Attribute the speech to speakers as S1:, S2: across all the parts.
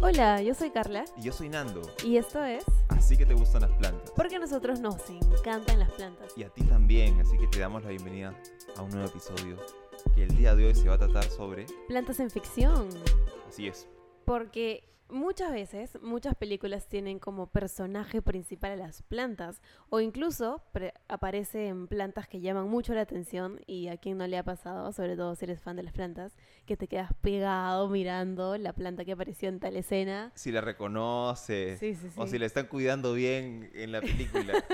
S1: Hola, yo soy Carla
S2: Y yo soy Nando.
S1: y esto es
S2: Así que te gustan las plantas.
S1: porque a nosotros nos encantan las plantas.
S2: Y a ti también, así que te damos la bienvenida a un nuevo episodio que el día de hoy se va a tratar sobre...
S1: Plantas en ficción,
S2: Así es.
S1: porque muchas veces muchas películas tienen como personaje principal a las plantas o incluso pre- aparecen plantas que llaman mucho la atención y a quien no le ha pasado, sobre todo si eres fan de las plantas, que te quedas pegado mirando la planta que apareció en tal escena.
S2: Si la reconoce
S1: Sí, sí, sí.
S2: o si la están cuidando bien en la película.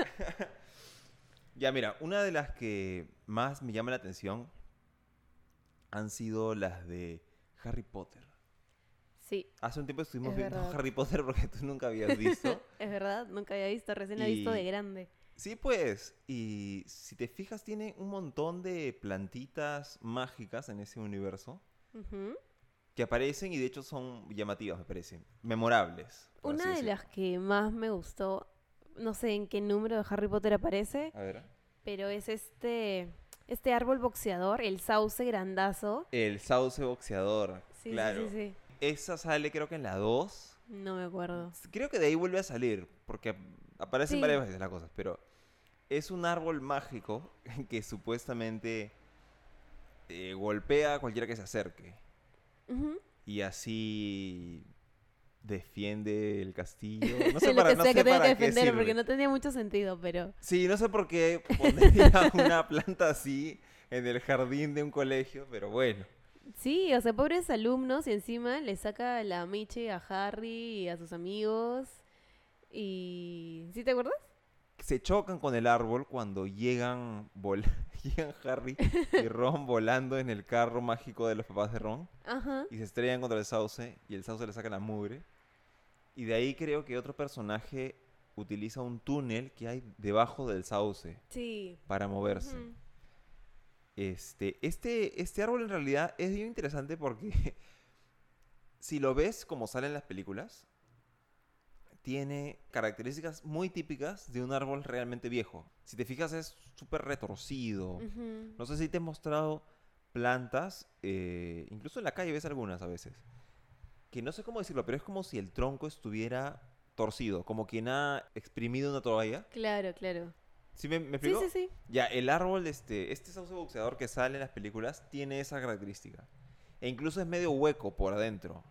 S2: ya, mira, una de las que más me llama la atención han sido las de Harry Potter.
S1: Sí,
S2: Hace un tiempo estuvimos
S1: Es
S2: viendo
S1: verdad.
S2: Harry Potter porque tú nunca habías visto.
S1: es verdad, nunca había visto, recién la he visto
S2: Y-
S1: de grande.
S2: Sí, pues, y si te fijas, tiene un montón de plantitas mágicas en ese universo
S1: Ujú.
S2: que aparecen y de hecho son llamativas, me parecen, memorables. por
S1: Una
S2: así
S1: de
S2: decirlo.
S1: las que más me gustó, no sé en qué número de Harry Potter aparece,
S2: A ver.
S1: pero es este, este árbol boxeador, el sauce grandazo.
S2: El sauce boxeador,
S1: Sí, sí,
S2: claro.
S1: sí, sí.
S2: Esa sale creo que en la 2.
S1: No me acuerdo.
S2: Creo que de ahí vuelve a salir, porque ap- aparecen
S1: Oh. Sí.
S2: varias veces las cosas, pero es un árbol mágico que supuestamente eh, golpea a cualquiera que se acerque.
S1: Ujú.
S2: y así defiende el castillo. No sé
S1: Lo
S2: para,
S1: que
S2: no
S1: sea
S2: sé
S1: que tenga
S2: para
S1: que
S2: qué
S1: defender, porque
S2: sirve.
S1: no tenía mucho sentido, pero
S2: Sí, no sé por qué pondría una planta así en el jardín de un colegio, pero bueno.
S1: sí, o sea, pobres alumnos y encima le saca la miche a Harry y a sus amigos. Y... ¿Sí te acuerdas?
S2: Se chocan con el árbol cuando llegan, vol- llegan Harry y Ron volando en el carro mágico de los papás de Ron
S1: Ajá.
S2: y se estrellan contra el sauce y el sauce le saca la mugre. Y de ahí creo que otro personaje utiliza un túnel que hay debajo del sauce
S1: Sí.
S2: para moverse.
S1: Ujú.
S2: Este, este, este árbol en realidad es bien interesante porque si lo ves como sale en las películas, tiene características muy típicas de un árbol realmente viejo. Si te fijas es súper retorcido.
S1: Ujú.
S2: No sé si te he mostrado plantas, eh, incluso en la calle ves algunas a veces, que no sé cómo decirlo, pero es como si el tronco estuviera torcido, como quien ha exprimido una toalla.
S1: Claro, claro.
S2: ¿Sí me, me
S1: Sí,
S2: explico?
S1: sí, sí.
S2: Ya, el árbol, este, este sauce boxeador que sale en las películas tiene esa característica. E incluso es medio hueco por adentro.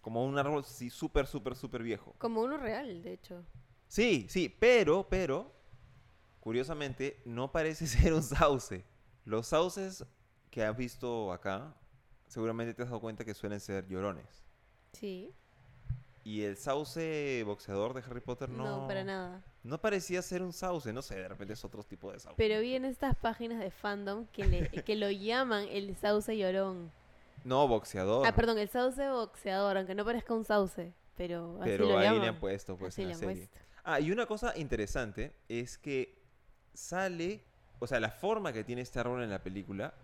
S2: Como un árbol sí, súper, súper, súper viejo.
S1: Como uno real, de hecho.
S2: Sí, sí, pero, pero, curiosamente, no parece ser un sauce. Los sauces que has visto acá, seguramente te has dado cuenta que suelen ser llorones.
S1: Sí.
S2: Y el sauce boxeador de Harry Potter no...
S1: No, para nada.
S2: No parecía ser un sauce, no sé, de repente es otro tipo de sauce.
S1: Pero vi en estas páginas de fandom que, le- que lo llaman el sauce llorón.
S2: No, boxeador.
S1: Ah, perdón, el sauce boxeador, aunque no parezca un sauce, pero así
S2: Pero
S1: lo
S2: ahí
S1: llaman.
S2: le han puesto pues
S1: Así
S2: en
S1: le
S2: la
S1: han
S2: serie.
S1: puesto.
S2: Ah, y una cosa interesante es que sale, o sea, la forma que tiene este árbol en la película,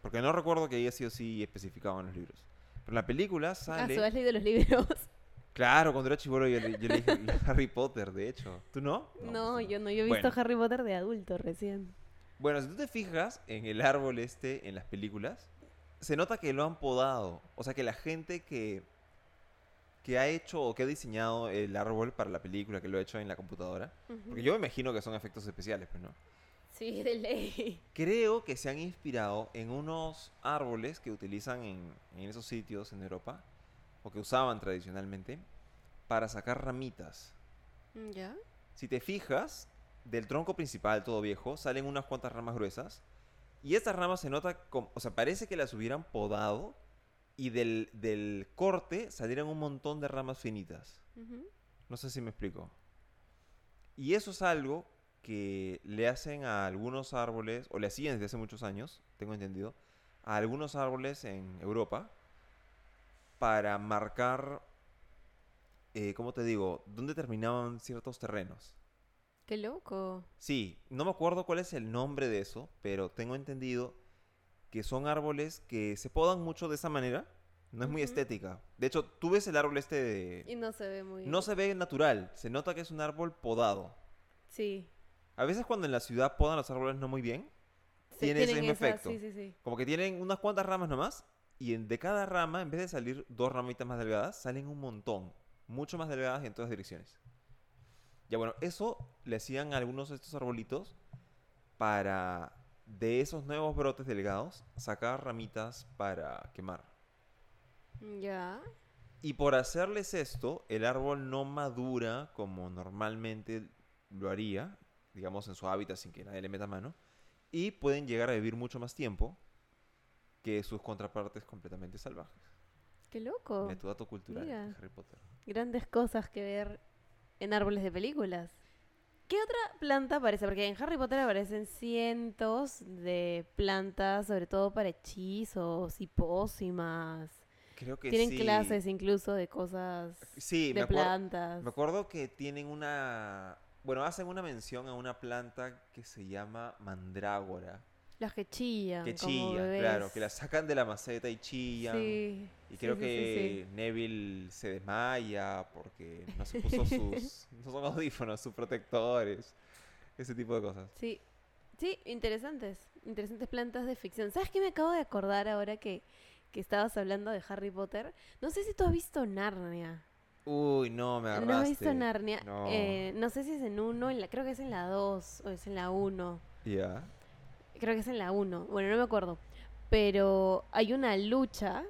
S2: porque no recuerdo que haya sido así especificado en los libros. Pero en la película
S1: Ah,
S2: sale.
S1: ¿tú has leído los libros?
S2: pues Claro, cuando era chivolo yo, le- yo le dije Harry Potter, de hecho. ¿Tú no?
S1: No,
S2: pues
S1: yo no, yo he visto
S2: Bueno.
S1: Harry Potter de adulto recién.
S2: Bueno, si tú te fijas en el árbol este, en las películas, se nota que lo han podado. O sea, que la gente que, que ha hecho o que ha diseñado el árbol para la película, que lo ha hecho en la computadora. Porque yo me imagino que son efectos especiales, pero no.
S1: Sí, de ley.
S2: Creo que se han inspirado en unos árboles que utilizan en, en esos sitios en Europa, o que usaban tradicionalmente, para sacar ramitas.
S1: Mm, ¿Ya?
S2: Si te fijas, del tronco principal, todo viejo, salen unas cuantas ramas gruesas, y estas ramas se nota, como, o sea, parece que las hubieran podado, y del, del corte salieron un montón de ramas finitas. No sé si me explico. Y eso es algo que le hacen a algunos árboles, o le hacían desde hace muchos años, tengo entendido, a algunos árboles en Europa para marcar, eh, ¿cómo te digo?, dónde terminaban ciertos terrenos.
S1: Qué loco.
S2: Sí, no me acuerdo cuál es el nombre de eso, pero tengo entendido que son árboles que se podan mucho de esa manera. No es muy
S1: Ujú.
S2: estética. De hecho, tú ves el árbol este de...
S1: Y no se ve muy
S2: No se ve natural, se nota que es un árbol podado.
S1: Sí.
S2: A veces cuando en la ciudad podan los árboles no muy bien,
S1: Se
S2: tiene ese
S1: tienen
S2: mismo
S1: esa-
S2: efecto.
S1: Sí, sí, sí.
S2: Como que tienen unas cuantas ramas nomás Y en- de cada rama, en vez de salir dos ramitas más delgadas, salen un montón, mucho más delgadas y en todas direcciones. Ya bueno, eso le hacían a algunos de estos arbolitos para de esos nuevos brotes delgados sacar ramitas para quemar.
S1: Ya.
S2: Y por hacerles esto, el árbol no madura como normalmente lo haría, digamos en su hábitat sin que nadie le meta mano, y pueden llegar a vivir mucho más tiempo que sus contrapartes completamente salvajes.
S1: Qué loco.
S2: Mira tu dato cultural,
S1: Oh, mira.
S2: Harry Potter.
S1: Grandes cosas que ver en árboles de películas. ¿Qué otra planta aparece? Porque en Harry Potter aparecen cientos de plantas, sobre todo para hechizos y pócimas.
S2: Creo que
S1: Tienen
S2: sí.
S1: clases incluso de cosas
S2: Sí, me,
S1: de
S2: acuer-
S1: plantas.
S2: me acuerdo que tienen una... Bueno, hacen una mención a una planta que se llama mandrágora,
S1: Las que chillan.
S2: que
S1: como
S2: chilla,
S1: bebés.
S2: claro, que la sacan de la maceta y chillan.
S1: Sí,
S2: Y
S1: sí,
S2: creo
S1: sí, sí,
S2: que
S1: sí.
S2: Neville se desmaya porque no se puso sus no son audífonos, sus protectores, ese tipo de cosas.
S1: Sí, sí, interesantes. Interesantes plantas de ficción. ¿Sabes qué me acabo de acordar ahora que, que estabas hablando de Harry Potter? No sé si tú has visto Narnia.
S2: Uy, no, me agarraste.
S1: No has visto Narnia. Eh,
S2: No.
S1: No, sé si es en uno, en la, creo que es en la 2 o es en la 1.
S2: Ya.
S1: Creo que es en la 1. Bueno, no me acuerdo. Pero hay una lucha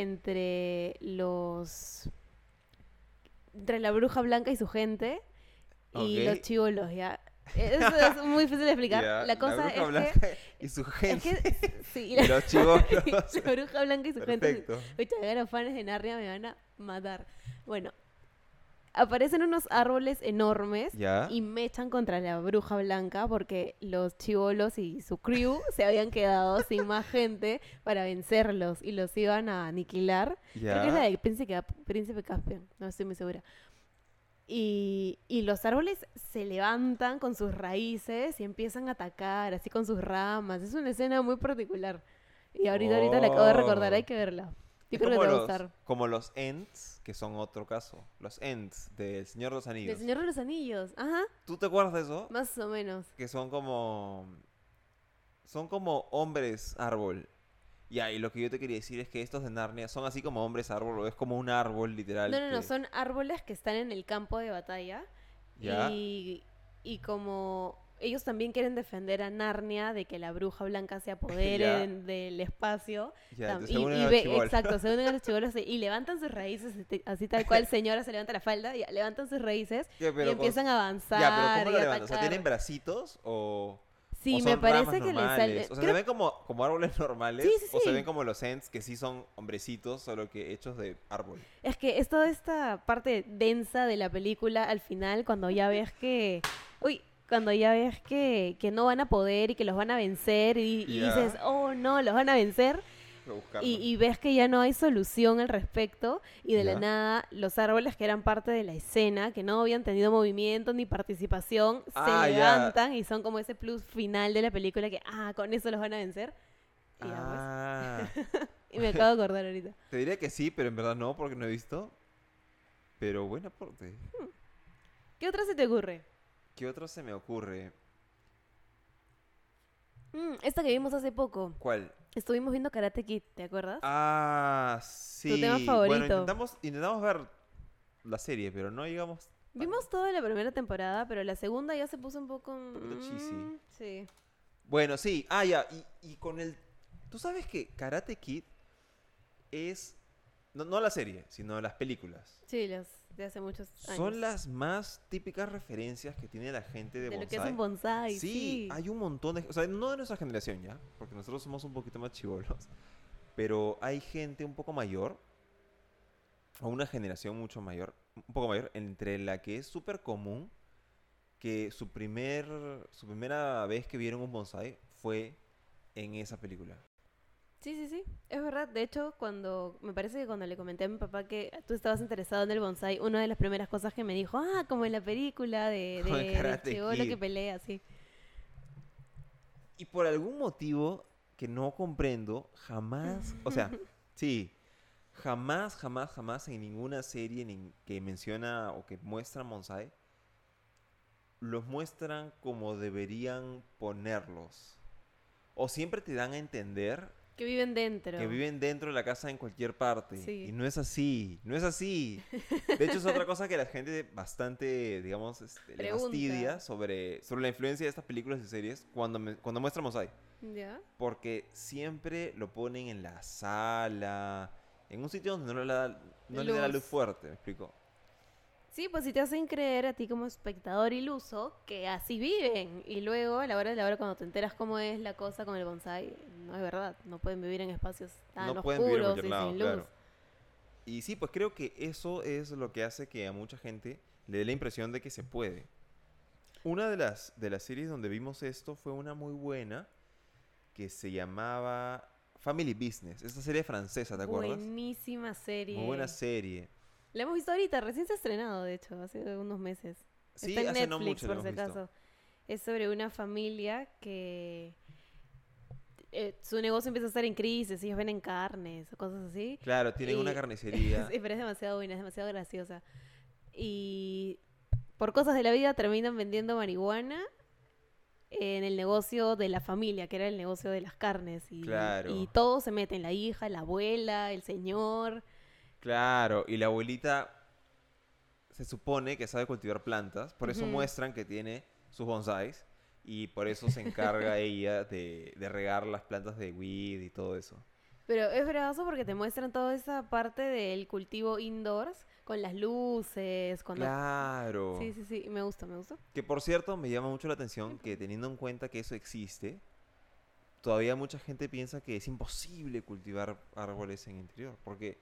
S1: entre los. entre la bruja blanca y su gente y
S2: Ok.
S1: los chivolos, ¿ya? Eso es muy difícil de explicar.
S2: Ya,
S1: La cosa
S2: bruja
S1: es que-
S2: blanca y su
S1: es
S2: gente
S1: que. sí, y
S2: y
S1: la-
S2: los chivos.
S1: la bruja blanca y su gente.
S2: Perfecto.
S1: Oye, los fans de Narnia me van a matar. Bueno, aparecen unos árboles enormes
S2: Ya.
S1: y mechan contra la bruja blanca porque los chivolos y su crew se habían quedado sin más gente para vencerlos y los iban a aniquilar. Creo que es la
S2: Ya.
S1: del príncipe, Cap- príncipe Caspian, no estoy muy segura. Y, y los árboles se levantan con sus raíces y empiezan a atacar, así con sus ramas. Es una escena muy particular. Y ahorita, ahorita la acabo de recordar,
S2: Oh.
S1: hay que verla. Yo
S2: Es
S1: creo que
S2: como
S1: te va a
S2: los,
S1: gustar.
S2: como los Ents, que son otro caso. Los Ents del Señor de los
S1: El
S2: Anillos.
S1: Señor de los Anillos, ajá,
S2: ¿Tú te acuerdas de eso?
S1: más o menos.
S2: que son como son como hombres árbol. Ya, y lo que yo te quería decir es que estos de Narnia son así como hombres árbol, o es como un árbol literal.
S1: No, no, no,
S2: que-
S1: son árboles que están en el campo de batalla.
S2: Ya.
S1: Y, y como ellos también quieren defender a Narnia de que la bruja blanca se apodere
S2: Ya.
S1: de- del espacio.
S2: Ya,
S1: Tam-
S2: entonces
S1: y,
S2: se unen
S1: y
S2: al
S1: ve-
S2: chibolo.
S1: exacto, se unen a los chibolos y levantan sus raíces, este, así tal cual, señora se levanta la falda, y levantan sus raíces
S2: Ya, pero
S1: y
S2: con-
S1: empiezan a avanzar.
S2: Ya, pero ¿cómo
S1: y
S2: lo levantan? O sea,
S1: atacar.
S2: ¿tienen bracitos o.?
S1: sí,
S2: o
S1: me
S2: son
S1: parece
S2: ramas
S1: que les
S2: normales?
S1: sale.
S2: O sea,
S1: creo-
S2: ¿se ven como, como árboles normales?
S1: Sí, sí,
S2: ¿O se
S1: sí.
S2: ven como los Ents que sí son hombrecitos, solo que hechos de árbol?
S1: Es que es toda esta parte densa de la película al final, cuando ya ves que. Uy, cuando ya ves que, que no van a poder y que los van a vencer, y, y
S2: Ya.
S1: dices, oh no, los van a vencer.
S2: Voy a buscarlo.
S1: y, y ves que ya no hay solución al respecto y de
S2: Ya.
S1: la nada los árboles que eran parte de la escena, que no habían tenido movimiento ni participación,
S2: Ah,
S1: se
S2: ya.
S1: levantan y son como ese plus final de la película que, ah, con eso los van a vencer. Y, ya, pues.
S2: Ah.
S1: Y me acabo de acordar ahorita.
S2: Te diría que sí, pero en verdad no, porque no he visto. Pero buen aporte.
S1: ¿Qué otra se te ocurre?
S2: ¿Qué otro se me ocurre?
S1: Mm, esta que vimos hace poco.
S2: ¿Cuál?
S1: Estuvimos viendo Karate Kid, ¿te acuerdas?
S2: Ah, sí.
S1: tema
S2: Bueno,
S1: favorito.
S2: intentamos, intentamos ver la serie, pero no llegamos. ah.
S1: Vimos toda la primera temporada, pero la segunda ya se puso un poco... mm,
S2: cheesy.
S1: sí.
S2: Bueno, sí. Ah, ya. Y, y con el. Tú sabes que Karate Kid es. No, no la serie, sino las películas.
S1: Sí, las de hace muchos años.
S2: Son las más típicas referencias que tiene la gente de,
S1: de, lo que es
S2: bonsai.
S1: un bonsai. Sí,
S2: sí, hay un montón de... O sea, no de nuestra generación ya, porque nosotros somos un poquito más chivolos, pero hay gente un poco mayor, o una generación mucho mayor, un poco mayor, entre la que es súper común que su, primer, su primera vez que vieron un bonsai fue en esa película.
S1: Sí, sí, sí, es verdad. De hecho, cuando me parece que cuando le comenté a mi papá que tú estabas interesado en el bonsai, una de las primeras cosas que me dijo, ah, como en la película de,
S2: Como
S1: de,
S2: en Karate
S1: chibolo
S2: Kid.
S1: que pelea, sí.
S2: Y por algún motivo que no comprendo, jamás, o sea, sí, jamás, jamás, jamás en ninguna serie nin- que menciona o que muestra Monsai, los muestran como deberían ponerlos. O siempre te dan a entender
S1: Que viven dentro.
S2: que viven dentro de la casa en cualquier parte.
S1: Sí.
S2: Y no es así, no es así. De hecho, es otra cosa que la gente bastante, digamos, este, le
S1: Pregunta.
S2: fastidia sobre, sobre la influencia de estas películas y series cuando, me- cuando muestran Mosaic.
S1: ¿Ya?
S2: Porque siempre lo ponen en la sala, en un sitio donde no, le da- no le da la
S1: Luz.
S2: luz fuerte, ¿me explico?
S1: Sí, pues si te hacen creer a ti como espectador iluso que así viven y luego a la hora de la hora cuando te enteras cómo es la cosa con el bonsai, no es verdad, no pueden vivir en espacios tan
S2: no pueden vivir en
S1: oscuros
S2: cualquier
S1: y
S2: lado,
S1: sin luz.
S2: claro. Y sí, pues creo que eso es lo que hace que a mucha gente le dé la impresión de que se puede. Una de las, de las series donde vimos esto fue una muy buena que se llamaba Family Business. Esta serie francesa, ¿te acuerdas?
S1: Buenísima serie.
S2: Muy buena serie.
S1: La hemos visto ahorita, recién se ha estrenado, de hecho, hace unos meses.
S2: Sí,
S1: Está en
S2: hace
S1: Netflix,
S2: no mucho la
S1: por si
S2: hemos visto.
S1: acaso. Es sobre una familia que eh, su negocio empieza a estar en crisis, ellos venden carnes o cosas así.
S2: Claro, tienen
S1: Y-
S2: una carnicería.
S1: Sí, pero es demasiado buena, es demasiado graciosa. Y por cosas de la vida terminan vendiendo marihuana en el negocio de la familia, que era el negocio de las carnes. Y,
S2: Claro.
S1: y todos se meten, la hija, la abuela, el señor.
S2: Claro, y la abuelita se supone que sabe cultivar plantas, por eso
S1: Ujú.
S2: muestran que tiene sus bonsáis y por eso se encarga ella de, de regar las plantas de weed y todo eso.
S1: Pero es bravazo porque te muestran toda esa parte del cultivo indoors, con las luces, cuando...
S2: Claro.
S1: Sí, sí, sí, me gusta, me gusta.
S2: Que por cierto, me llama mucho la atención que teniendo en cuenta que eso existe, todavía mucha gente piensa que es imposible cultivar árboles en interior, porque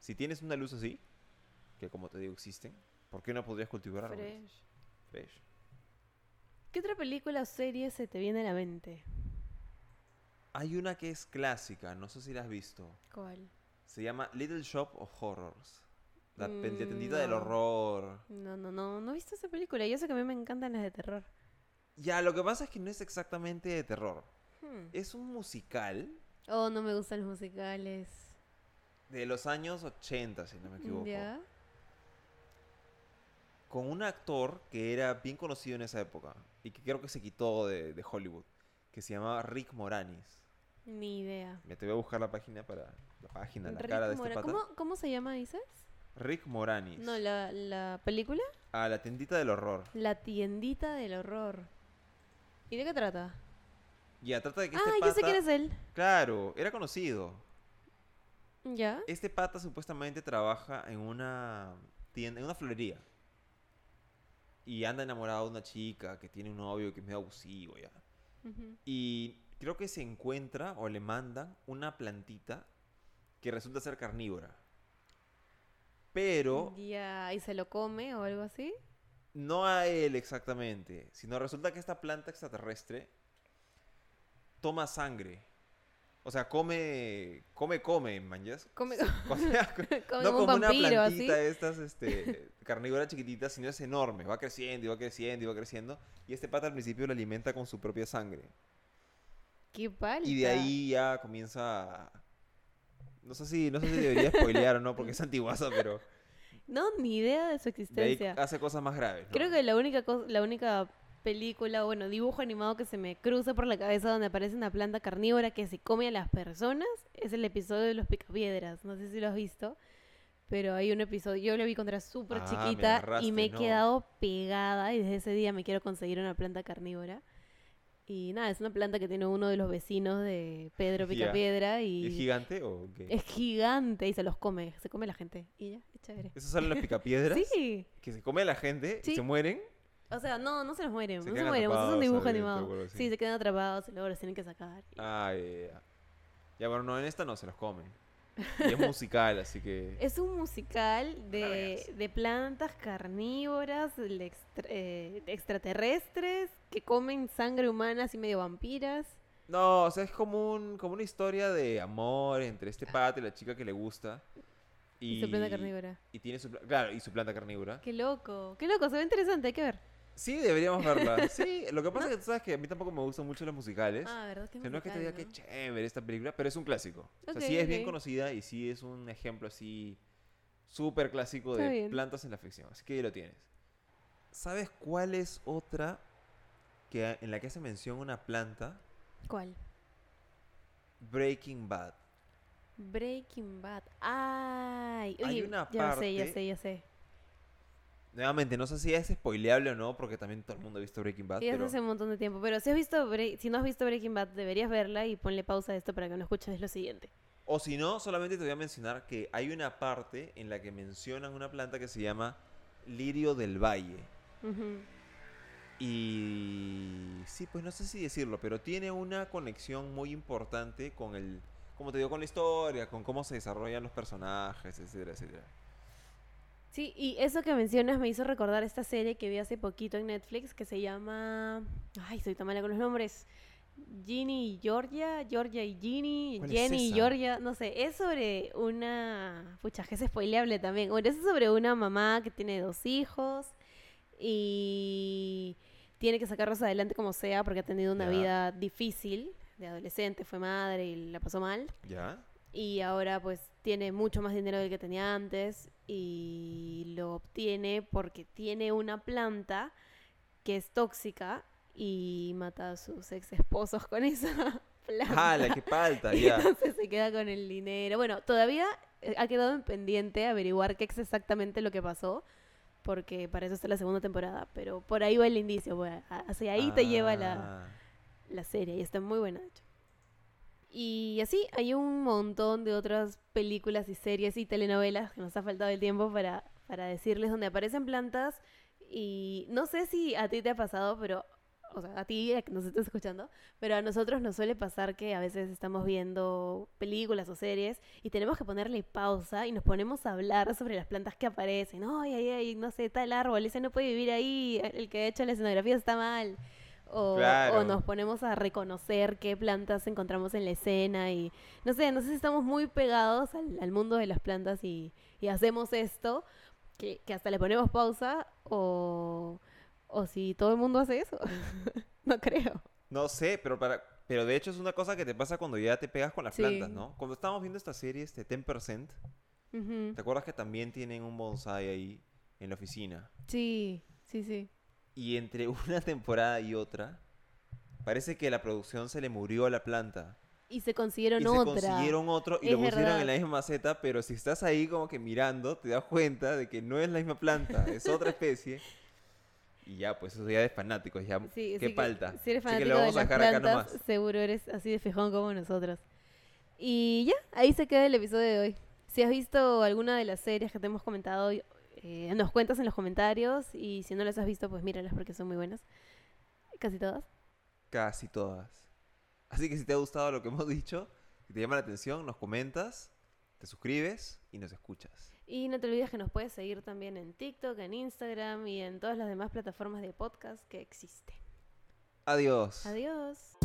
S2: si tienes una luz así, que como te digo existen, ¿por qué no podrías cultivar árboles?
S1: Fresh.
S2: Fresh.
S1: ¿Qué otra película o serie se te viene a la mente?
S2: Hay una que es clásica, no sé si la has visto.
S1: ¿Cuál?
S2: Se llama Little Shop of Horrors. La
S1: Mm,
S2: pen- la tiendita del
S1: no.
S2: horror.
S1: No, no, no, no he visto esa película. Y eso que a mí me encantan las de terror.
S2: Ya, lo que pasa es que no es exactamente de terror.
S1: Hmm.
S2: Es un musical
S1: Oh, no me gustan los musicales.
S2: de los años 80, si no me equivoco.
S1: ¿Ya?
S2: Con un actor que era bien conocido en esa época y que creo que se quitó de, de Hollywood, que se llamaba Rick Moranis.
S1: Ni idea.
S2: Me te voy a buscar la página para la página, la
S1: Rick
S2: cara de
S1: Mora-
S2: este pata.
S1: ¿Cómo, cómo se llama, dices?
S2: Rick Moranis.
S1: No, la, la película.
S2: A la tiendita del horror.
S1: La tiendita del horror. ¿Y de qué trata?
S2: Ya, trata de que
S1: ah,
S2: este
S1: yo sé
S2: pata-
S1: quién es él.
S2: Claro, era conocido.
S1: ¿Ya?
S2: Este pata supuestamente trabaja en una tienda, en una florería. Y anda enamorado de una chica que tiene un novio que es medio abusivo ya.
S1: Ujú.
S2: Y creo que se encuentra o le mandan una plantita que resulta ser carnívora. Pero
S1: Ya, ¿y se lo come o algo así?
S2: no a él exactamente, sino resulta que esta planta extraterrestre toma sangre. O sea, come, come, come, manjas.
S1: Come-
S2: O sea,
S1: Come
S2: no
S1: como
S2: como
S1: un
S2: una
S1: vampiro, así.
S2: plantita eh, de estas este, carnívoras chiquititas, sino es enorme. Va creciendo y va creciendo y va creciendo. Y este pata al principio lo alimenta con su propia sangre.
S1: ¿Qué pal?
S2: Y de ahí ya comienza. a- No sé si, no sé si debería spoilear o no, porque es antiguaza, pero
S1: No, ni idea de su
S2: de ahí
S1: existencia.
S2: hace cosas más graves. ¿no?
S1: Creo que la única cosa, la única película, bueno, dibujo animado que se me cruza por la cabeza donde aparece una planta carnívora que se come a las personas es el episodio de los picapiedras. No sé si lo has visto, pero hay un episodio, yo lo vi contra súper
S2: Ah, me
S1: chiquita y
S2: agarraste,
S1: me he
S2: no.
S1: quedado pegada y desde ese día me quiero conseguir una planta carnívora. Y nada, es una planta que tiene uno de los vecinos de Pedro
S2: Ya.
S1: Picapiedra
S2: ¿Y ¿Es
S1: y
S2: gigante o qué?
S1: es gigante y se los come, se come la gente. Y ya, es chévere.
S2: ¿Esos salen los picapiedras?
S1: Sí.
S2: Que se come a la gente y
S1: Sí.
S2: se mueren.
S1: O sea, no, no se los mueren,
S2: Se
S1: no se
S2: quedan
S1: mueren, pues es un
S2: atrapados
S1: dibujo
S2: adentro o
S1: animado.
S2: algo
S1: Sí.
S2: así.
S1: se quedan atrapados y luego los tienen que sacar.
S2: Ah, ya, ya. Ya, bueno, no, en esta no se los comen. Y es musical, así que.
S1: Es un musical de,
S2: Vergas.
S1: de plantas carnívoras, de extra- eh, de extraterrestres, que comen sangre humana así medio vampiras.
S2: No, o sea, es como, un, como una historia de amor entre este pata y la chica que le gusta.
S1: Y,
S2: Y,
S1: su planta carnívora.
S2: Y tiene su, pla- claro, y su planta carnívora.
S1: Qué loco, qué loco, se ve interesante, hay que ver.
S2: Sí, deberíamos verla. Sí, lo que pasa es que tú sabes que a mí tampoco me gustan mucho los musicales.
S1: Ah, verdad que
S2: O
S1: es
S2: sea, no es que te diga
S1: musical,
S2: que
S1: ¿no?
S2: chévere esta película, pero es un clásico. o sea, sí
S1: Ok,
S2: es bien
S1: ok.
S2: conocida y sí es un ejemplo así súper clásico
S1: Está
S2: de
S1: bien.
S2: plantas en la ficción. Así que ahí lo tienes. ¿Sabes cuál es otra que, en la que hace mención una planta?
S1: ¿Cuál?
S2: Breaking Bad.
S1: Breaking Bad. Ay,
S2: Hay
S1: oye,
S2: una
S1: ya sé, ya
S2: parte-
S1: sé, ya sé.
S2: Nuevamente, no sé si es spoileable o no, porque también todo el mundo ha visto Breaking Bad.
S1: Y eso
S2: Ah, pero-
S1: hace un montón de tiempo. Pero si, has visto Bre- si no has visto Breaking Bad, deberías verla y ponle pausa a esto para que no escuches lo siguiente.
S2: O si no, solamente te voy a mencionar que hay una parte en la que mencionan una planta que se llama lirio del valle.
S1: Ujú.
S2: Y sí, pues no sé si decirlo, pero tiene una conexión muy importante con el, como te digo, con la historia, con cómo se desarrollan los personajes, etcétera, etcétera.
S1: Sí, y eso que mencionas me hizo recordar esta serie que vi hace poquito en Netflix que se llama. Ay, soy tan mala con los nombres. Ginny y Georgia, Georgia y Ginny,
S2: ¿Cuál es
S1: Jenny y
S2: esa?
S1: Georgia, no sé, es sobre una. Pucha, que es spoileable también. Bueno, es sobre una mamá que tiene dos hijos y tiene que sacarlos adelante como sea porque ha tenido una
S2: Ya.
S1: vida difícil de adolescente, fue madre y la pasó mal.
S2: ¿Ya?
S1: Y ahora pues tiene mucho más dinero del que tenía antes y lo obtiene porque tiene una planta que es tóxica y mata a sus ex esposos con esa planta.
S2: ¡Ah, la que falta!
S1: y
S2: ya.
S1: entonces se queda con el dinero. Bueno, todavía eh, ha quedado en pendiente averiguar qué es exactamente lo que pasó porque para eso está la segunda temporada, pero por ahí va el indicio, pues, a- hacia ahí te lleva la,
S2: Ah.
S1: la serie y está muy buena, de hecho. Y así hay un montón de otras películas y series y telenovelas que nos ha faltado el tiempo para, para decirles donde aparecen plantas. Y no sé si a ti te ha pasado, pero, o sea, a ti a que nos estás escuchando, pero a nosotros nos suele pasar que a veces estamos viendo películas o series y tenemos que ponerle pausa y nos ponemos a hablar sobre las plantas que aparecen. Ay, ay, ay, no sé, tal árbol, ese no puede vivir ahí, el que ha hecho la escenografía está mal. O, o
S2: Claro.
S1: nos ponemos a reconocer qué plantas encontramos en la escena y no sé, no sé si estamos muy pegados al, al mundo de las plantas y, y hacemos esto, que, que hasta le ponemos pausa o, o si todo el mundo hace eso. no creo.
S2: No sé, pero para pero de hecho es una cosa que te pasa cuando ya te pegas con las
S1: Sí.
S2: plantas, ¿no? Cuando estábamos viendo esta serie, este 10%,
S1: Ujú.
S2: ¿te acuerdas que también tienen un bonsai ahí en la oficina?
S1: Sí, sí, sí.
S2: Y entre una temporada y otra, parece que la producción se le murió a la planta.
S1: Y se consiguieron
S2: y
S1: otra.
S2: se consiguieron otro y
S1: Es
S2: lo pusieron
S1: verdad.
S2: en la misma maceta, pero si estás ahí como que mirando, te das cuenta de que no es la misma planta, es otra especie. Y ya, pues eso ya de fanáticos, ya.
S1: Sí,
S2: ¿Qué
S1: así que
S2: falta?
S1: Si eres
S2: Así que
S1: fanático
S2: lo vamos
S1: de
S2: a
S1: las
S2: dejar acá
S1: plantas,
S2: nomás.
S1: seguro eres así de fijón como nosotros. Y ya, ahí se queda el episodio de hoy. Si has visto alguna de las series que te hemos comentado, eh, nos cuentas en los comentarios. Y si no las has visto, pues míralas porque son muy buenas. Casi todas.
S2: Casi todas. Así que si te ha gustado lo que hemos dicho, si te llama la atención, nos comentas, te suscribes y nos escuchas.
S1: Y no te olvides que nos puedes seguir también en TikTok, en Instagram y en todas las demás plataformas de podcast que existen.
S2: Adiós.
S1: Adiós.